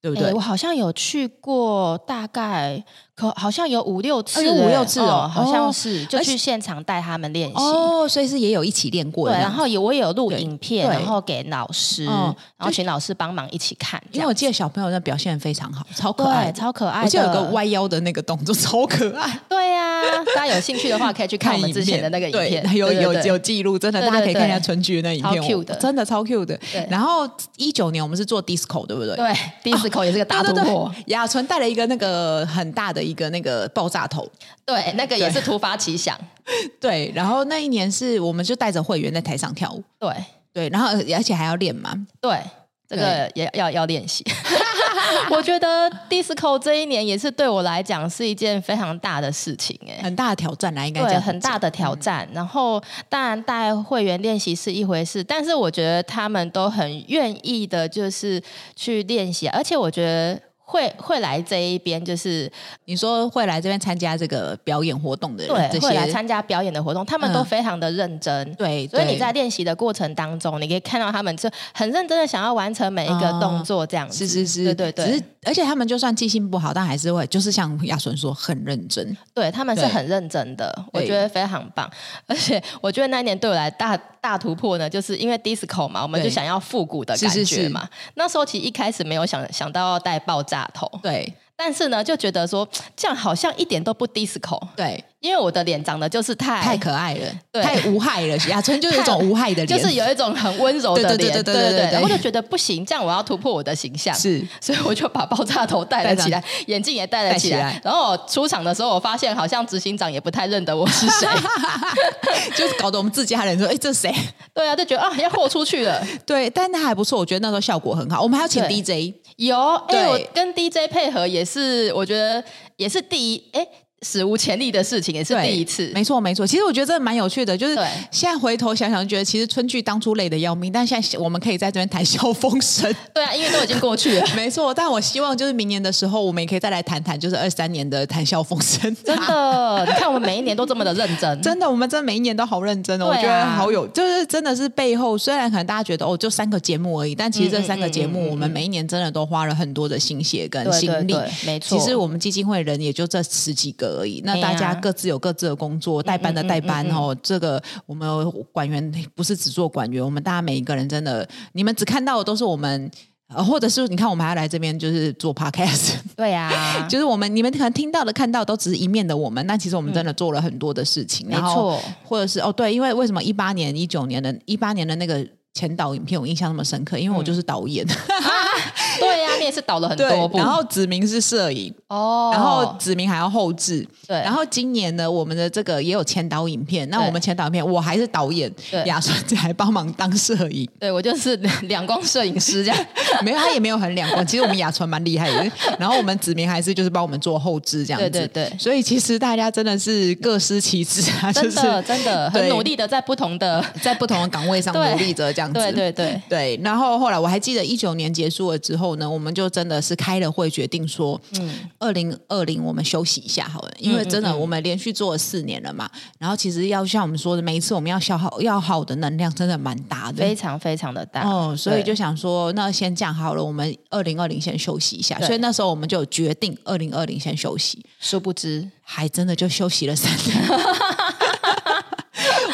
Speaker 2: 对不
Speaker 1: 诶
Speaker 2: 对？
Speaker 1: 哎我好像有去过，大概可好像有五六次
Speaker 2: 哎
Speaker 1: 欸，
Speaker 2: 有五六次哦
Speaker 1: 好
Speaker 2: 哦
Speaker 1: 像是就
Speaker 2: 而且
Speaker 1: 去现场带他们练习。
Speaker 2: 哦，所以是也有一起练过
Speaker 1: 对，
Speaker 2: 的这
Speaker 1: 然
Speaker 2: 样子，
Speaker 1: 后也我也有录
Speaker 2: 对
Speaker 1: 影片，
Speaker 2: 对
Speaker 1: 然后给老师，
Speaker 2: 嗯
Speaker 1: 然后请老师帮忙一起看，这
Speaker 2: 因为
Speaker 1: 样
Speaker 2: 我记得小朋友那表现得非常好，超可爱
Speaker 1: 对，
Speaker 2: 的。
Speaker 1: 超可爱的。
Speaker 2: 我记得有个弯腰的那个动作超可爱，
Speaker 1: 对呀、大家有兴趣的话可以去看我们之前的那个影片，
Speaker 2: 对 [LAUGHS] 有
Speaker 1: 对对
Speaker 2: 有
Speaker 1: 对
Speaker 2: 有记录，真的，
Speaker 1: 对对
Speaker 2: 大家可以看一下
Speaker 1: 对
Speaker 2: 春菊的那影片，
Speaker 1: 超
Speaker 2: 我
Speaker 1: cute 的
Speaker 2: 真的超 Q 的
Speaker 1: 对。
Speaker 2: 然后一九年我们是做 disco，对不对？
Speaker 1: 对 disco 也是个大突
Speaker 2: 哦对对
Speaker 1: 破。
Speaker 2: 对雅纯带了一个那个很大的一个那个爆炸头，
Speaker 1: 对，那个也是突发奇想。
Speaker 2: 对。然后那一年是我们就带着会员在台上跳舞，
Speaker 1: 对
Speaker 2: 对。然后而且还要练嘛，
Speaker 1: 对，这个也要要练习。 [LAUGHS] 我觉得 disco 这一年也是对我来讲是一件非常大的事情哎、
Speaker 2: 很大的挑战啦，应该
Speaker 1: 对，
Speaker 2: 讲嗯
Speaker 1: 很大的挑战。然后，当然带会员练习是一回事，但是我觉得他们都很愿意的，就是去练习。而且我觉得会会来这一边，就是
Speaker 2: 你说会来这边参加这个表演活动的人，
Speaker 1: 对
Speaker 2: 这
Speaker 1: 会来
Speaker 2: 些
Speaker 1: 参加表演的活动，他们都
Speaker 2: 嗯
Speaker 1: 非常的认真。
Speaker 2: 对，
Speaker 1: 所以
Speaker 2: 对
Speaker 1: 你在练习的过程当中，你可以看到他们就很认真的想要完成每一个动作，这样子、
Speaker 2: 是啊是是，
Speaker 1: 对对对，
Speaker 2: 只是而且他们就算记性不好，但还是会，就是像亚纯说，很认真。
Speaker 1: 对他们是
Speaker 2: 对
Speaker 1: 很认真的，我
Speaker 2: 对
Speaker 1: 觉得非常棒。 [LAUGHS] 而且我觉得那一年对我来大大突破呢，就是因为 disco 嘛，我们就
Speaker 2: 对
Speaker 1: 想要复古的感
Speaker 2: 是是
Speaker 1: 觉
Speaker 2: 是
Speaker 1: 嘛。那时候其实一开始没有想想到要带爆炸头，
Speaker 2: 对
Speaker 1: 但是呢就觉得说这样好像一点都不 disco，
Speaker 2: 对，
Speaker 1: 因为我的脸长得就是太
Speaker 2: 太可爱了，
Speaker 1: 对
Speaker 2: 太无害 [LAUGHS] 了。亚纯就有一种无害的
Speaker 1: 就
Speaker 2: 脸，
Speaker 1: 是有一种很温柔的
Speaker 2: 对对
Speaker 1: 脸，
Speaker 2: 对对对对对对
Speaker 1: 然后就觉得不行，这样我要突破我的形象，
Speaker 2: 是
Speaker 1: 所以我就把爆炸头戴了起来，眼镜也戴了起来。
Speaker 2: 戴起来
Speaker 1: 然后我出场的时候，我发现好像执行长也不太认得我是
Speaker 2: [LAUGHS]
Speaker 1: 谁。
Speaker 2: [LAUGHS] 就是搞得我们自家人说，哎，这谁？
Speaker 1: 对啊，就觉得 [LAUGHS] 啊，要豁出去了。
Speaker 2: 对，但那还不错，我觉得那时候效果很好。我们还要请
Speaker 1: 对
Speaker 2: DJ，
Speaker 1: 有，哎、
Speaker 2: 对
Speaker 1: 我跟 DJ 配合也是，我觉得也是第一，哎、史无前例的事情，也是
Speaker 2: 对
Speaker 1: 第一次。
Speaker 2: 没错没错。其实我觉得这蛮有趣的，就是
Speaker 1: 对
Speaker 2: 现在回头想想，觉得其实春剧当初累得要命，但现在我们可以在这边谈笑风 [LAUGHS] 生。
Speaker 1: 对啊，因为都已经过
Speaker 2: [LAUGHS]
Speaker 1: 去了。
Speaker 2: 没错，但我希望就是明年的时候，我们也可以再来谈谈，就是二三年的谈笑风生。
Speaker 1: 真的， [LAUGHS] 你看我们每一年都这么的认真，
Speaker 2: [LAUGHS] 真的，我们真的每一年都好认真哦，我
Speaker 1: 对啊
Speaker 2: 觉得好有，就是真的是背后虽然可能大家觉得哦，就三个节目而已，但其实这三个节
Speaker 1: 嗯
Speaker 2: 目我们每一年真的都花了很多的心血跟
Speaker 1: 对
Speaker 2: 心
Speaker 1: 对
Speaker 2: 力。
Speaker 1: 对，没错。
Speaker 2: 其实我们基金会人也就这十几个个而已。那
Speaker 1: 哎呀
Speaker 2: 大家各自有各自的工作，代班的代班
Speaker 1: 嗯嗯嗯
Speaker 2: 哦。这个我们管员不是只做管员，我们大家每一个人真的，你们只看到的都是我们。呃，或者是你看，我们还要来这边就是做 podcast，
Speaker 1: 对啊呀，
Speaker 2: [LAUGHS] 就是我们你们可能听到的、看到都只是一面的我们，但其实我们真的做了很多的事情。
Speaker 1: 嗯没
Speaker 2: 然后
Speaker 1: 错，
Speaker 2: 或者是哦，对，因为为什么一八年、一九年的、一八年的那个前导影片我印象那么深刻？因为我就是导 [LAUGHS] 演，
Speaker 1: [LAUGHS] 对啊呀，你也是导了很嗯多部，
Speaker 2: 然后子明是摄影，
Speaker 1: 哦，
Speaker 2: 然后子明还要后置。
Speaker 1: 对，
Speaker 2: 然后今年呢，我们的这个也有前导影片，那
Speaker 1: 对
Speaker 2: 我们前导影片我还是导演
Speaker 1: 对，
Speaker 2: 雅顺姐 [LAUGHS] 还帮忙当摄影，
Speaker 1: 对我就是 [LAUGHS] 两光摄影师这 [LAUGHS] 样，
Speaker 2: 没有，他也没有很两光。其实我们雅纯蛮厉害的，然后我们子明还是就是帮我们做后置这样
Speaker 1: 对
Speaker 2: 子。
Speaker 1: 对对。
Speaker 2: 所以其实大家真的是各司其职啊， [LAUGHS] 就
Speaker 1: 真
Speaker 2: 是
Speaker 1: 的，真的很
Speaker 2: 对
Speaker 1: 努力的在不同的， [LAUGHS]
Speaker 2: 在不同的岗位上
Speaker 1: 对
Speaker 2: 努力着这样子。
Speaker 1: 对对对，
Speaker 2: 对，然后后来我还记得一九年结束了之后呢，我们就真的是开了会，决定说，嗯，二零二零我们休息一下好了，因为真
Speaker 1: 嗯
Speaker 2: 的我们连续做了四年了嘛。然后其实要像我们说的，每一次我们要消耗要耗的能量真的蛮大
Speaker 1: 非
Speaker 2: 的。
Speaker 1: 常非常的大，
Speaker 2: 哦，所以
Speaker 1: 对
Speaker 2: 就想说，那先这样好了，我们二零二零先休息一下。
Speaker 1: 对
Speaker 2: 所以那时候我们就有决定二零二零先休息，
Speaker 1: 殊不知，
Speaker 2: 还真的就休息了三年。 [LAUGHS] 我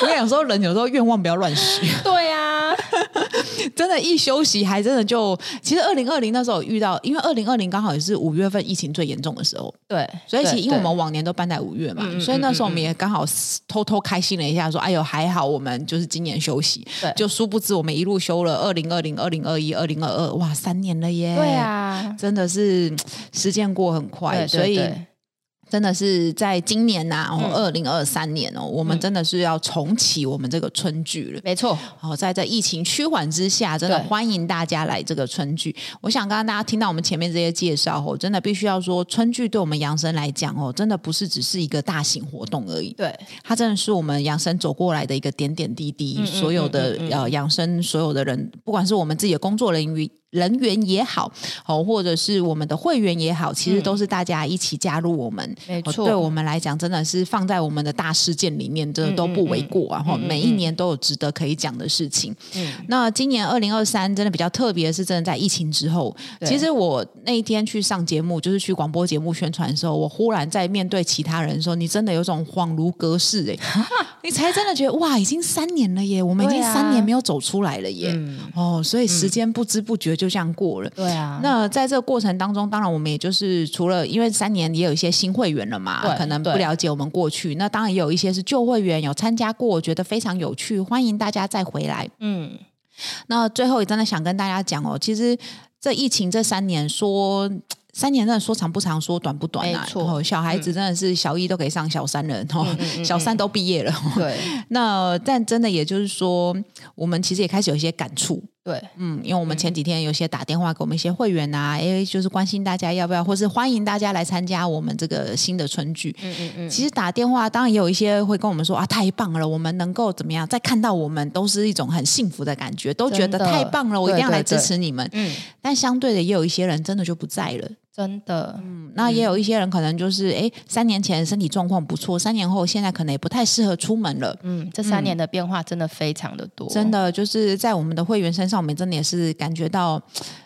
Speaker 2: 跟你讲，有时候人有时候愿望不要乱许。
Speaker 1: 对啊呀，
Speaker 2: [LAUGHS] 真的，一休息还真的就，其实二零二零那时候有遇到，因为二零二零刚好也是五月份疫情最严重的时候，
Speaker 1: 对，
Speaker 2: 所以其实
Speaker 1: 对
Speaker 2: 因为我
Speaker 1: 对
Speaker 2: 们往年都搬在五月嘛，
Speaker 1: 嗯嗯
Speaker 2: 所以那时候我们也刚好偷偷开心了一下，说：“哎呦，还好我们就是今年休息。
Speaker 1: 对”
Speaker 2: 就殊不知我们一路休了二零二零、二零二一、二零二二，哇，三年了耶！
Speaker 1: 对。啊，
Speaker 2: 真的是时间过很快，
Speaker 1: 对，
Speaker 2: 所以
Speaker 1: 对嗯
Speaker 2: 真的是在今年呐、哦，二零二三年哦，我们真的是要重启我们这个春剧了。
Speaker 1: 没错，
Speaker 2: 好、在这疫情趋缓之下，真的
Speaker 1: 对
Speaker 2: 欢迎大家来这个春剧。我想刚刚大家听到我们前面这些介绍哦，真的必须要说，春剧对我们养生来讲哦，真的不是只是一个大型活动而已，
Speaker 1: 对，
Speaker 2: 它真的是我们养生走过来的一个点点滴滴，
Speaker 1: 嗯嗯
Speaker 2: 所有的、
Speaker 1: 嗯嗯嗯
Speaker 2: 呃养生所有的人，不管是我们自己的工作人员。人员也好，哦，或者是我们的会员也好，其实
Speaker 1: 嗯
Speaker 2: 都是大家一起加入我们
Speaker 1: 没
Speaker 2: 哦
Speaker 1: 错，
Speaker 2: 对我们来讲，真的是放在我们的大事件里面，真的都不为过啊！哈、
Speaker 1: 嗯嗯嗯
Speaker 2: 每一年都有值得可以讲的事情。
Speaker 1: 嗯
Speaker 2: 那今年二零二三真的比较特别，是真的在疫情之后。
Speaker 1: 对
Speaker 2: 其实我那一天去上节目，就是去广播节目宣传的时候，我忽然在面对其他人的时候，你真的有种恍如隔世
Speaker 1: [LAUGHS]
Speaker 2: 哎、你才真的觉得哇，已经三年了耶，我们已经
Speaker 1: 对啊
Speaker 2: 三年没有走出来了耶。
Speaker 1: 嗯，
Speaker 2: 哦，所以时间不知不觉就这样过了。
Speaker 1: 对啊，
Speaker 2: 那在这个过程当中，当然我们也就是除了因为三年也有一些新会员了嘛
Speaker 1: 对，
Speaker 2: 可能不
Speaker 1: 对
Speaker 2: 了解我们过去，那当然也有一些是旧会员有参加过，觉得非常有趣，欢迎大家再回来。
Speaker 1: 嗯，
Speaker 2: 那最后也真的想跟大家讲哦，其实这疫情这三年说。三年真的说长不长，说短不短啊！
Speaker 1: 没错
Speaker 2: 哦，小孩子真的是小一都可以上小三了，哦，
Speaker 1: 嗯嗯
Speaker 2: 小三都
Speaker 1: [LAUGHS]
Speaker 2: 毕业了。哦
Speaker 1: 对
Speaker 2: 那但真的也就是说，我们其实也开始有一些感触，
Speaker 1: 对，
Speaker 2: 嗯，因为我们前几天有些打电话给我们一些会员啊，哎，就是关心大家要不要，或是欢迎大家来参加我们这个新的春剧。
Speaker 1: 嗯嗯嗯，
Speaker 2: 其实打电话当然也有一些会跟我们说啊，太棒了，我们能够怎么样？再看到我们都是一种很幸福的感觉，都觉得
Speaker 1: 真的
Speaker 2: 太棒了，我一定要
Speaker 1: 对对
Speaker 2: 来支持你们。
Speaker 1: 嗯，
Speaker 2: 但相对的，也有一些人真的就不在了。
Speaker 1: 真的，
Speaker 2: 嗯那也有一些人可能就是哎，三年前身体状况不错，三年后现在可能也不太适合出门了。
Speaker 1: 嗯，这三年的变化真的非常的多，
Speaker 2: 真的就是在我们的会员身上，我们真的也是感觉到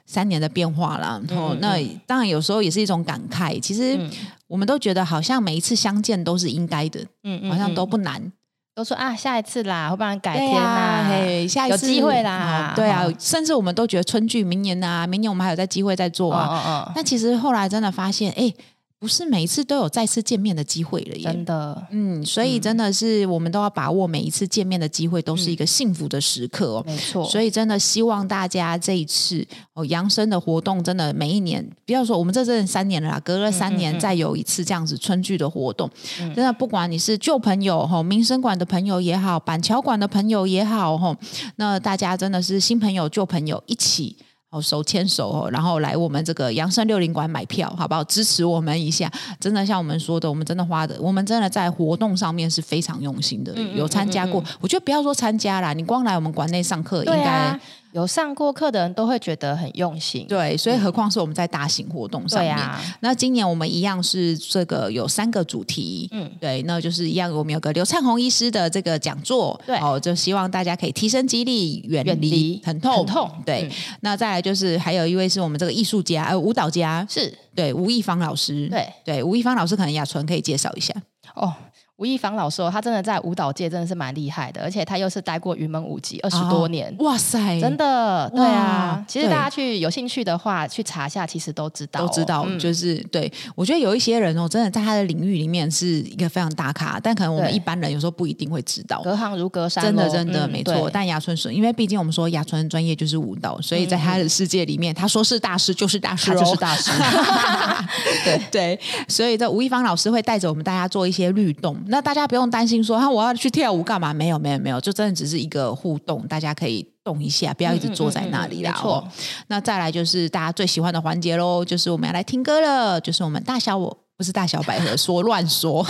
Speaker 2: 三年的变化啦。然后、
Speaker 1: 嗯嗯
Speaker 2: 那当然有时候也是一种感慨，其实
Speaker 1: 嗯
Speaker 2: 我们都觉得好像每一次相见都是应该的，
Speaker 1: 嗯，嗯
Speaker 2: 好像都
Speaker 1: 嗯
Speaker 2: 不难。
Speaker 1: 都说啊，下一次啦，会不然改
Speaker 2: 对
Speaker 1: 天
Speaker 2: 啊
Speaker 1: 啦，
Speaker 2: 嘿，下一
Speaker 1: 有
Speaker 2: 次
Speaker 1: 机会啦
Speaker 2: 哦对啊
Speaker 1: 哦，
Speaker 2: 甚至我们都觉得春剧明年啊，明年我们还有再机会再做
Speaker 1: 哦
Speaker 2: 啊。
Speaker 1: 哦哦，
Speaker 2: 但其实后来真的发现，哎，不是每一次都有再次见面的机会了耶
Speaker 1: 真。的
Speaker 2: 嗯，所以真的是我们都要把握每一次见面的机会，都是
Speaker 1: 嗯
Speaker 2: 一个幸福的时刻哦。
Speaker 1: 没错，
Speaker 2: 所以真的希望大家这一次哦，扬生的活动真的每一年，不要说我们这真的三年了啦，隔了三年再有一次这样子春剧的活动，真的不管你是旧朋友吼，民生馆的朋友也好，板桥馆的朋友也好吼，那大家真的是新朋友旧朋友一起。哦，手牵手哦，然后来我们这个阳山六零馆买票，好不好？支持我们一下，真的像我们说的，我们真的花的，我们真的在活动上面是非常用心的。有参加过，我觉得不要说参加啦，你光来我们馆内上课，应
Speaker 1: 对
Speaker 2: 该
Speaker 1: 啊，有上过课的人都会觉得很用心。
Speaker 2: 对，所以何况是我们在大型活动
Speaker 1: 嗯
Speaker 2: 上
Speaker 1: 对啊
Speaker 2: 面。
Speaker 1: 呀、
Speaker 2: 那今年我们一样是这个有三个主题，嗯
Speaker 1: 嗯，
Speaker 2: 对，那就是一样，我们有个刘灿宏医师的这个讲座，
Speaker 1: 对
Speaker 2: 哦，就希望大家可以提升肌力，远
Speaker 1: 远
Speaker 2: 离
Speaker 1: 离
Speaker 2: 疼痛，
Speaker 1: 疼痛
Speaker 2: 对。
Speaker 1: 嗯
Speaker 2: 那再来就是还有一位是我们这个艺术家，呃，舞蹈家，
Speaker 1: 是
Speaker 2: 对，吴亦芳老师，
Speaker 1: 对
Speaker 2: 对，吴亦芳老师可能雅纯可以介绍一下，
Speaker 1: 哦。吴亦凡老师、哦，他真的在舞蹈界真的是蛮厉害的，而且他又是待过云门舞集二十多哦年，
Speaker 2: 哦哇塞，
Speaker 1: 真的对啊
Speaker 2: 哇。
Speaker 1: 其实
Speaker 2: 对
Speaker 1: 大家去有兴趣的话，去查一下，其实都知道哦、
Speaker 2: 都知道，
Speaker 1: 嗯
Speaker 2: 就是对我觉得有一些人哦，真的在他的领域里面是一个非常大咖，但可能我们
Speaker 1: 对
Speaker 2: 一般人有时候不一定会知道。
Speaker 1: 隔行如隔山咯，
Speaker 2: 真的，真的、
Speaker 1: 嗯
Speaker 2: 没错。
Speaker 1: 对
Speaker 2: 但牙川是因为毕竟我们说牙川专业就是舞蹈，所以在他的世界里面，他说是大师就是大师、
Speaker 1: 嗯他
Speaker 2: 哦，
Speaker 1: 就是大师。 [LAUGHS] 对
Speaker 2: [LAUGHS] 对，所以这吴亦芳老师会带着我们大家做一些律动，那大家不用担心说啊我要去跳舞干嘛？没有没有没有，就真的只是一个互动，大家可以动一下，不要一直坐在那里啦、
Speaker 1: 嗯嗯嗯嗯没
Speaker 2: 哦。那再来就是大家最喜欢的环节喽，就是我们要来听歌了，就是我们大小我。不是大小百合说乱 [LAUGHS] 说，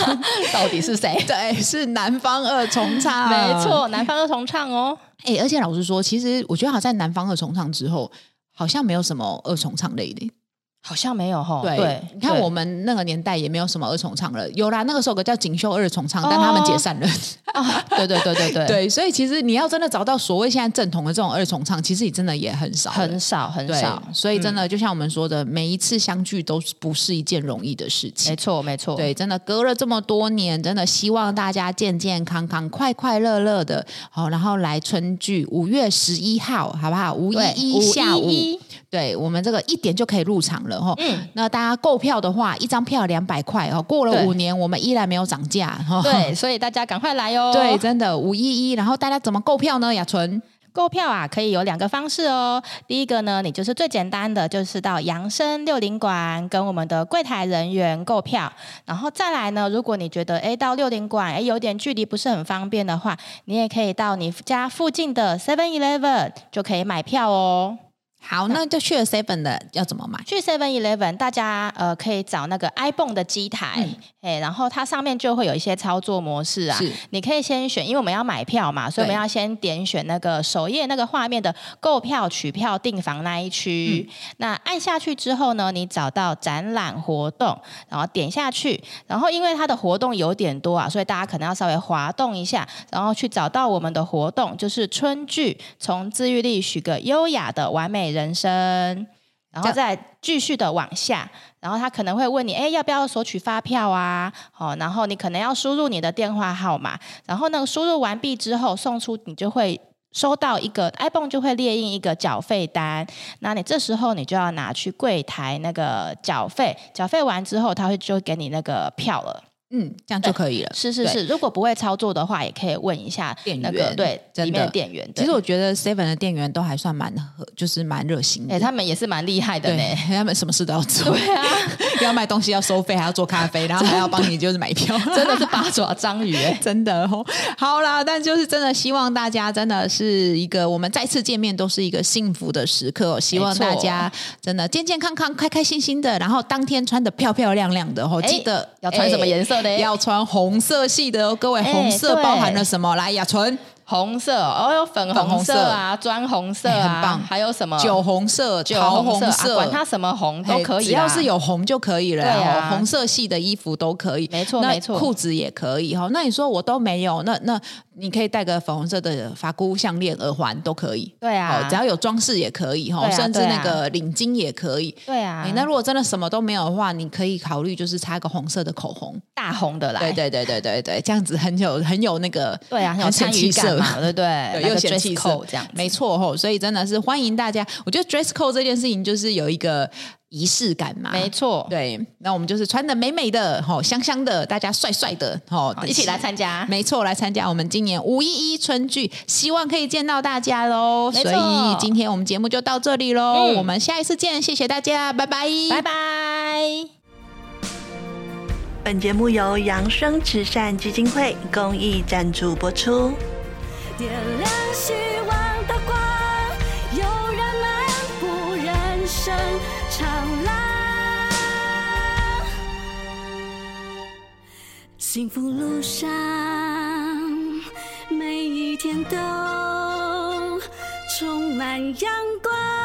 Speaker 1: 到底是谁？
Speaker 2: 对，是南方二重唱，
Speaker 1: 没。错，南方二重唱
Speaker 2: [LAUGHS]
Speaker 1: 哦。
Speaker 2: 哎、而且老实说，其实我觉得好像在南方二重唱之后，好像没有什么二重唱类的。
Speaker 1: 好像没有哈。
Speaker 2: 对，你看 [LAUGHS] 我们那个年代也没有什么二重唱了，有啦，那个时候有个叫锦绣二重唱，但他们解散了。
Speaker 1: 啊，对对对对对，
Speaker 2: 哦对，所以其实你要真的找到所谓现在正统的这种二重唱，其实也真的也很少嗯了，
Speaker 1: 很少很
Speaker 2: 对
Speaker 1: 少，
Speaker 2: 所以真的就像我们说的，每一次相聚都不是一件容易的事情
Speaker 1: 没。错没错。
Speaker 2: 对，真的隔了这么多年，真的希望大家健健康康、快快乐乐的，好，然后来春聚，五月十一号，好不好？五一
Speaker 1: 对，
Speaker 2: 一下午， [LAUGHS]
Speaker 1: 511
Speaker 2: 对我们这个一点就可以入场了哈。
Speaker 1: 嗯
Speaker 2: 那大家购票的话，一张票两百块哦。过了
Speaker 1: 对
Speaker 2: 五年，我们依然没有涨价哈。
Speaker 1: 对，所以大家赶快来哦。
Speaker 2: 对，真的五一一。然后大家怎么购票呢？雅纯，
Speaker 1: 购票啊，可以有两个方式哦。第一个呢，你就是最简单的，就是到扬生六零馆跟我们的柜台人员购票。然后再来呢，如果你觉得诶到六零馆诶有点距离不是很方便的话，你也可以到你家附近的 Seven Eleven 就可以买票哦。
Speaker 2: 好，那就去了 Seven 的要怎么买？
Speaker 1: 去 Seven Eleven，大家呃可以找那个 iPhone 的机台，哎、然后它上面就会有一些操作模式啊。
Speaker 2: 是
Speaker 1: 你可以先选，因为我们要买票嘛，所以我
Speaker 2: 对
Speaker 1: 们要先点选那个首页那个画面的购票、取票、订房那一区。
Speaker 2: 嗯
Speaker 1: 那按下去之后呢，你找到展览活动，然后点下去，然后因为它的活动有点多啊，所以大家可能要稍微滑动一下，然后去找到我们的活动，就是春剧，从自愈力许个优雅的完美人生。然
Speaker 2: 这
Speaker 1: 后
Speaker 2: 样
Speaker 1: 再继续的往下，然后他可能会问你，哎，要不要索取发票啊？哦，然后你可能要输入你的电话号码，然后呢，输入完毕之后送出，你就会收到一个 iPhone 就会列印一个缴费单。那你这时候你就要拿去柜台那个缴费，缴费完之后他会就给你那个票了。
Speaker 2: 嗯，这样就可以了。
Speaker 1: 是是
Speaker 2: 对
Speaker 1: 是，如果不会操作的话，也可以问一下
Speaker 2: 店
Speaker 1: 那个
Speaker 2: 员
Speaker 1: 对
Speaker 2: 真
Speaker 1: 里面
Speaker 2: 的
Speaker 1: 的店员。
Speaker 2: 其实我觉得 Seven 的店员都还算蛮合，就是蛮热心的。
Speaker 1: 哎、诶他们也是蛮厉害的
Speaker 2: 对
Speaker 1: 呢。，
Speaker 2: 他们什么事都要做，对啊， [LAUGHS] 要卖东西要收费，还要做咖啡，然后还要帮你就是买票，
Speaker 1: [LAUGHS] 真的是八爪章鱼、哎诶
Speaker 2: [LAUGHS] 真的哦，好啦，但就是真的希望大家真的是一个我们再次见面都是一个幸福的时刻哦、希望大家真的健健康康、开开心心的，然后当天穿的漂漂亮亮的哦，
Speaker 1: 哎
Speaker 2: 记得
Speaker 1: 要穿什么颜色的
Speaker 2: 哎要穿红色系的哦，各位，
Speaker 1: 哎
Speaker 2: 红色
Speaker 1: 对
Speaker 2: 包含了什么？来，雅纯，
Speaker 1: 红色哦，哦有粉
Speaker 2: 粉红
Speaker 1: 红
Speaker 2: 色
Speaker 1: 色啊，砖红色
Speaker 2: 哎
Speaker 1: 啊，
Speaker 2: 很棒
Speaker 1: 还有什么
Speaker 2: 酒红色、
Speaker 1: 酒
Speaker 2: 桃
Speaker 1: 红色啊，
Speaker 2: 色，
Speaker 1: 管它什么红都
Speaker 2: 哎
Speaker 1: 可以啦，啊
Speaker 2: 只要是有红就可以了啦。
Speaker 1: 对啊
Speaker 2: 哦红色系的衣服都可以，
Speaker 1: 没错
Speaker 2: 那
Speaker 1: 没错
Speaker 2: 裤子也可以哈。那你说我都没有，那那你可以戴个粉红色的发箍、项链、耳环都可以。
Speaker 1: 对
Speaker 2: 好，
Speaker 1: 啊，
Speaker 2: 只要有装饰也可以哈，
Speaker 1: 对啊
Speaker 2: 甚至
Speaker 1: 对啊
Speaker 2: 那个领巾也可以。
Speaker 1: 对啊
Speaker 2: 哎，，那如果真的什么都没有的话，你可以考虑就是擦个红色的口红。
Speaker 1: 大红的来，
Speaker 2: 对对对对对对，这样子很有很有那个
Speaker 1: 对啊，很有
Speaker 2: 很显
Speaker 1: 参
Speaker 2: 气
Speaker 1: 与
Speaker 2: 色
Speaker 1: 感嘛，对不对？
Speaker 2: [LAUGHS] 对，
Speaker 1: 那
Speaker 2: 又
Speaker 1: 个
Speaker 2: 嫌
Speaker 1: dress
Speaker 2: 弃
Speaker 1: code 这样子，
Speaker 2: 没错吼、所以真的是欢迎大家。我觉得 dress code 这件事情就是有一个仪式感嘛，
Speaker 1: 没错，
Speaker 2: 对，那我们就是穿的美美的，吼、香香的，大家帅帅的，吼、
Speaker 1: 好一起来参加。
Speaker 2: 没错，来参加我们今年五一一春剧，希望可以见到大家喽。
Speaker 1: 没
Speaker 2: 所
Speaker 1: 错
Speaker 2: 以今天我们节目就到这里喽，
Speaker 1: 嗯
Speaker 2: 我们下一次见，谢谢大家，拜拜，
Speaker 1: 拜拜。
Speaker 3: 本节目由扬生慈善基金会公益赞助播出。
Speaker 4: 点亮希望的光，有人漫步人生长廊，幸福路上每一天都充满阳光。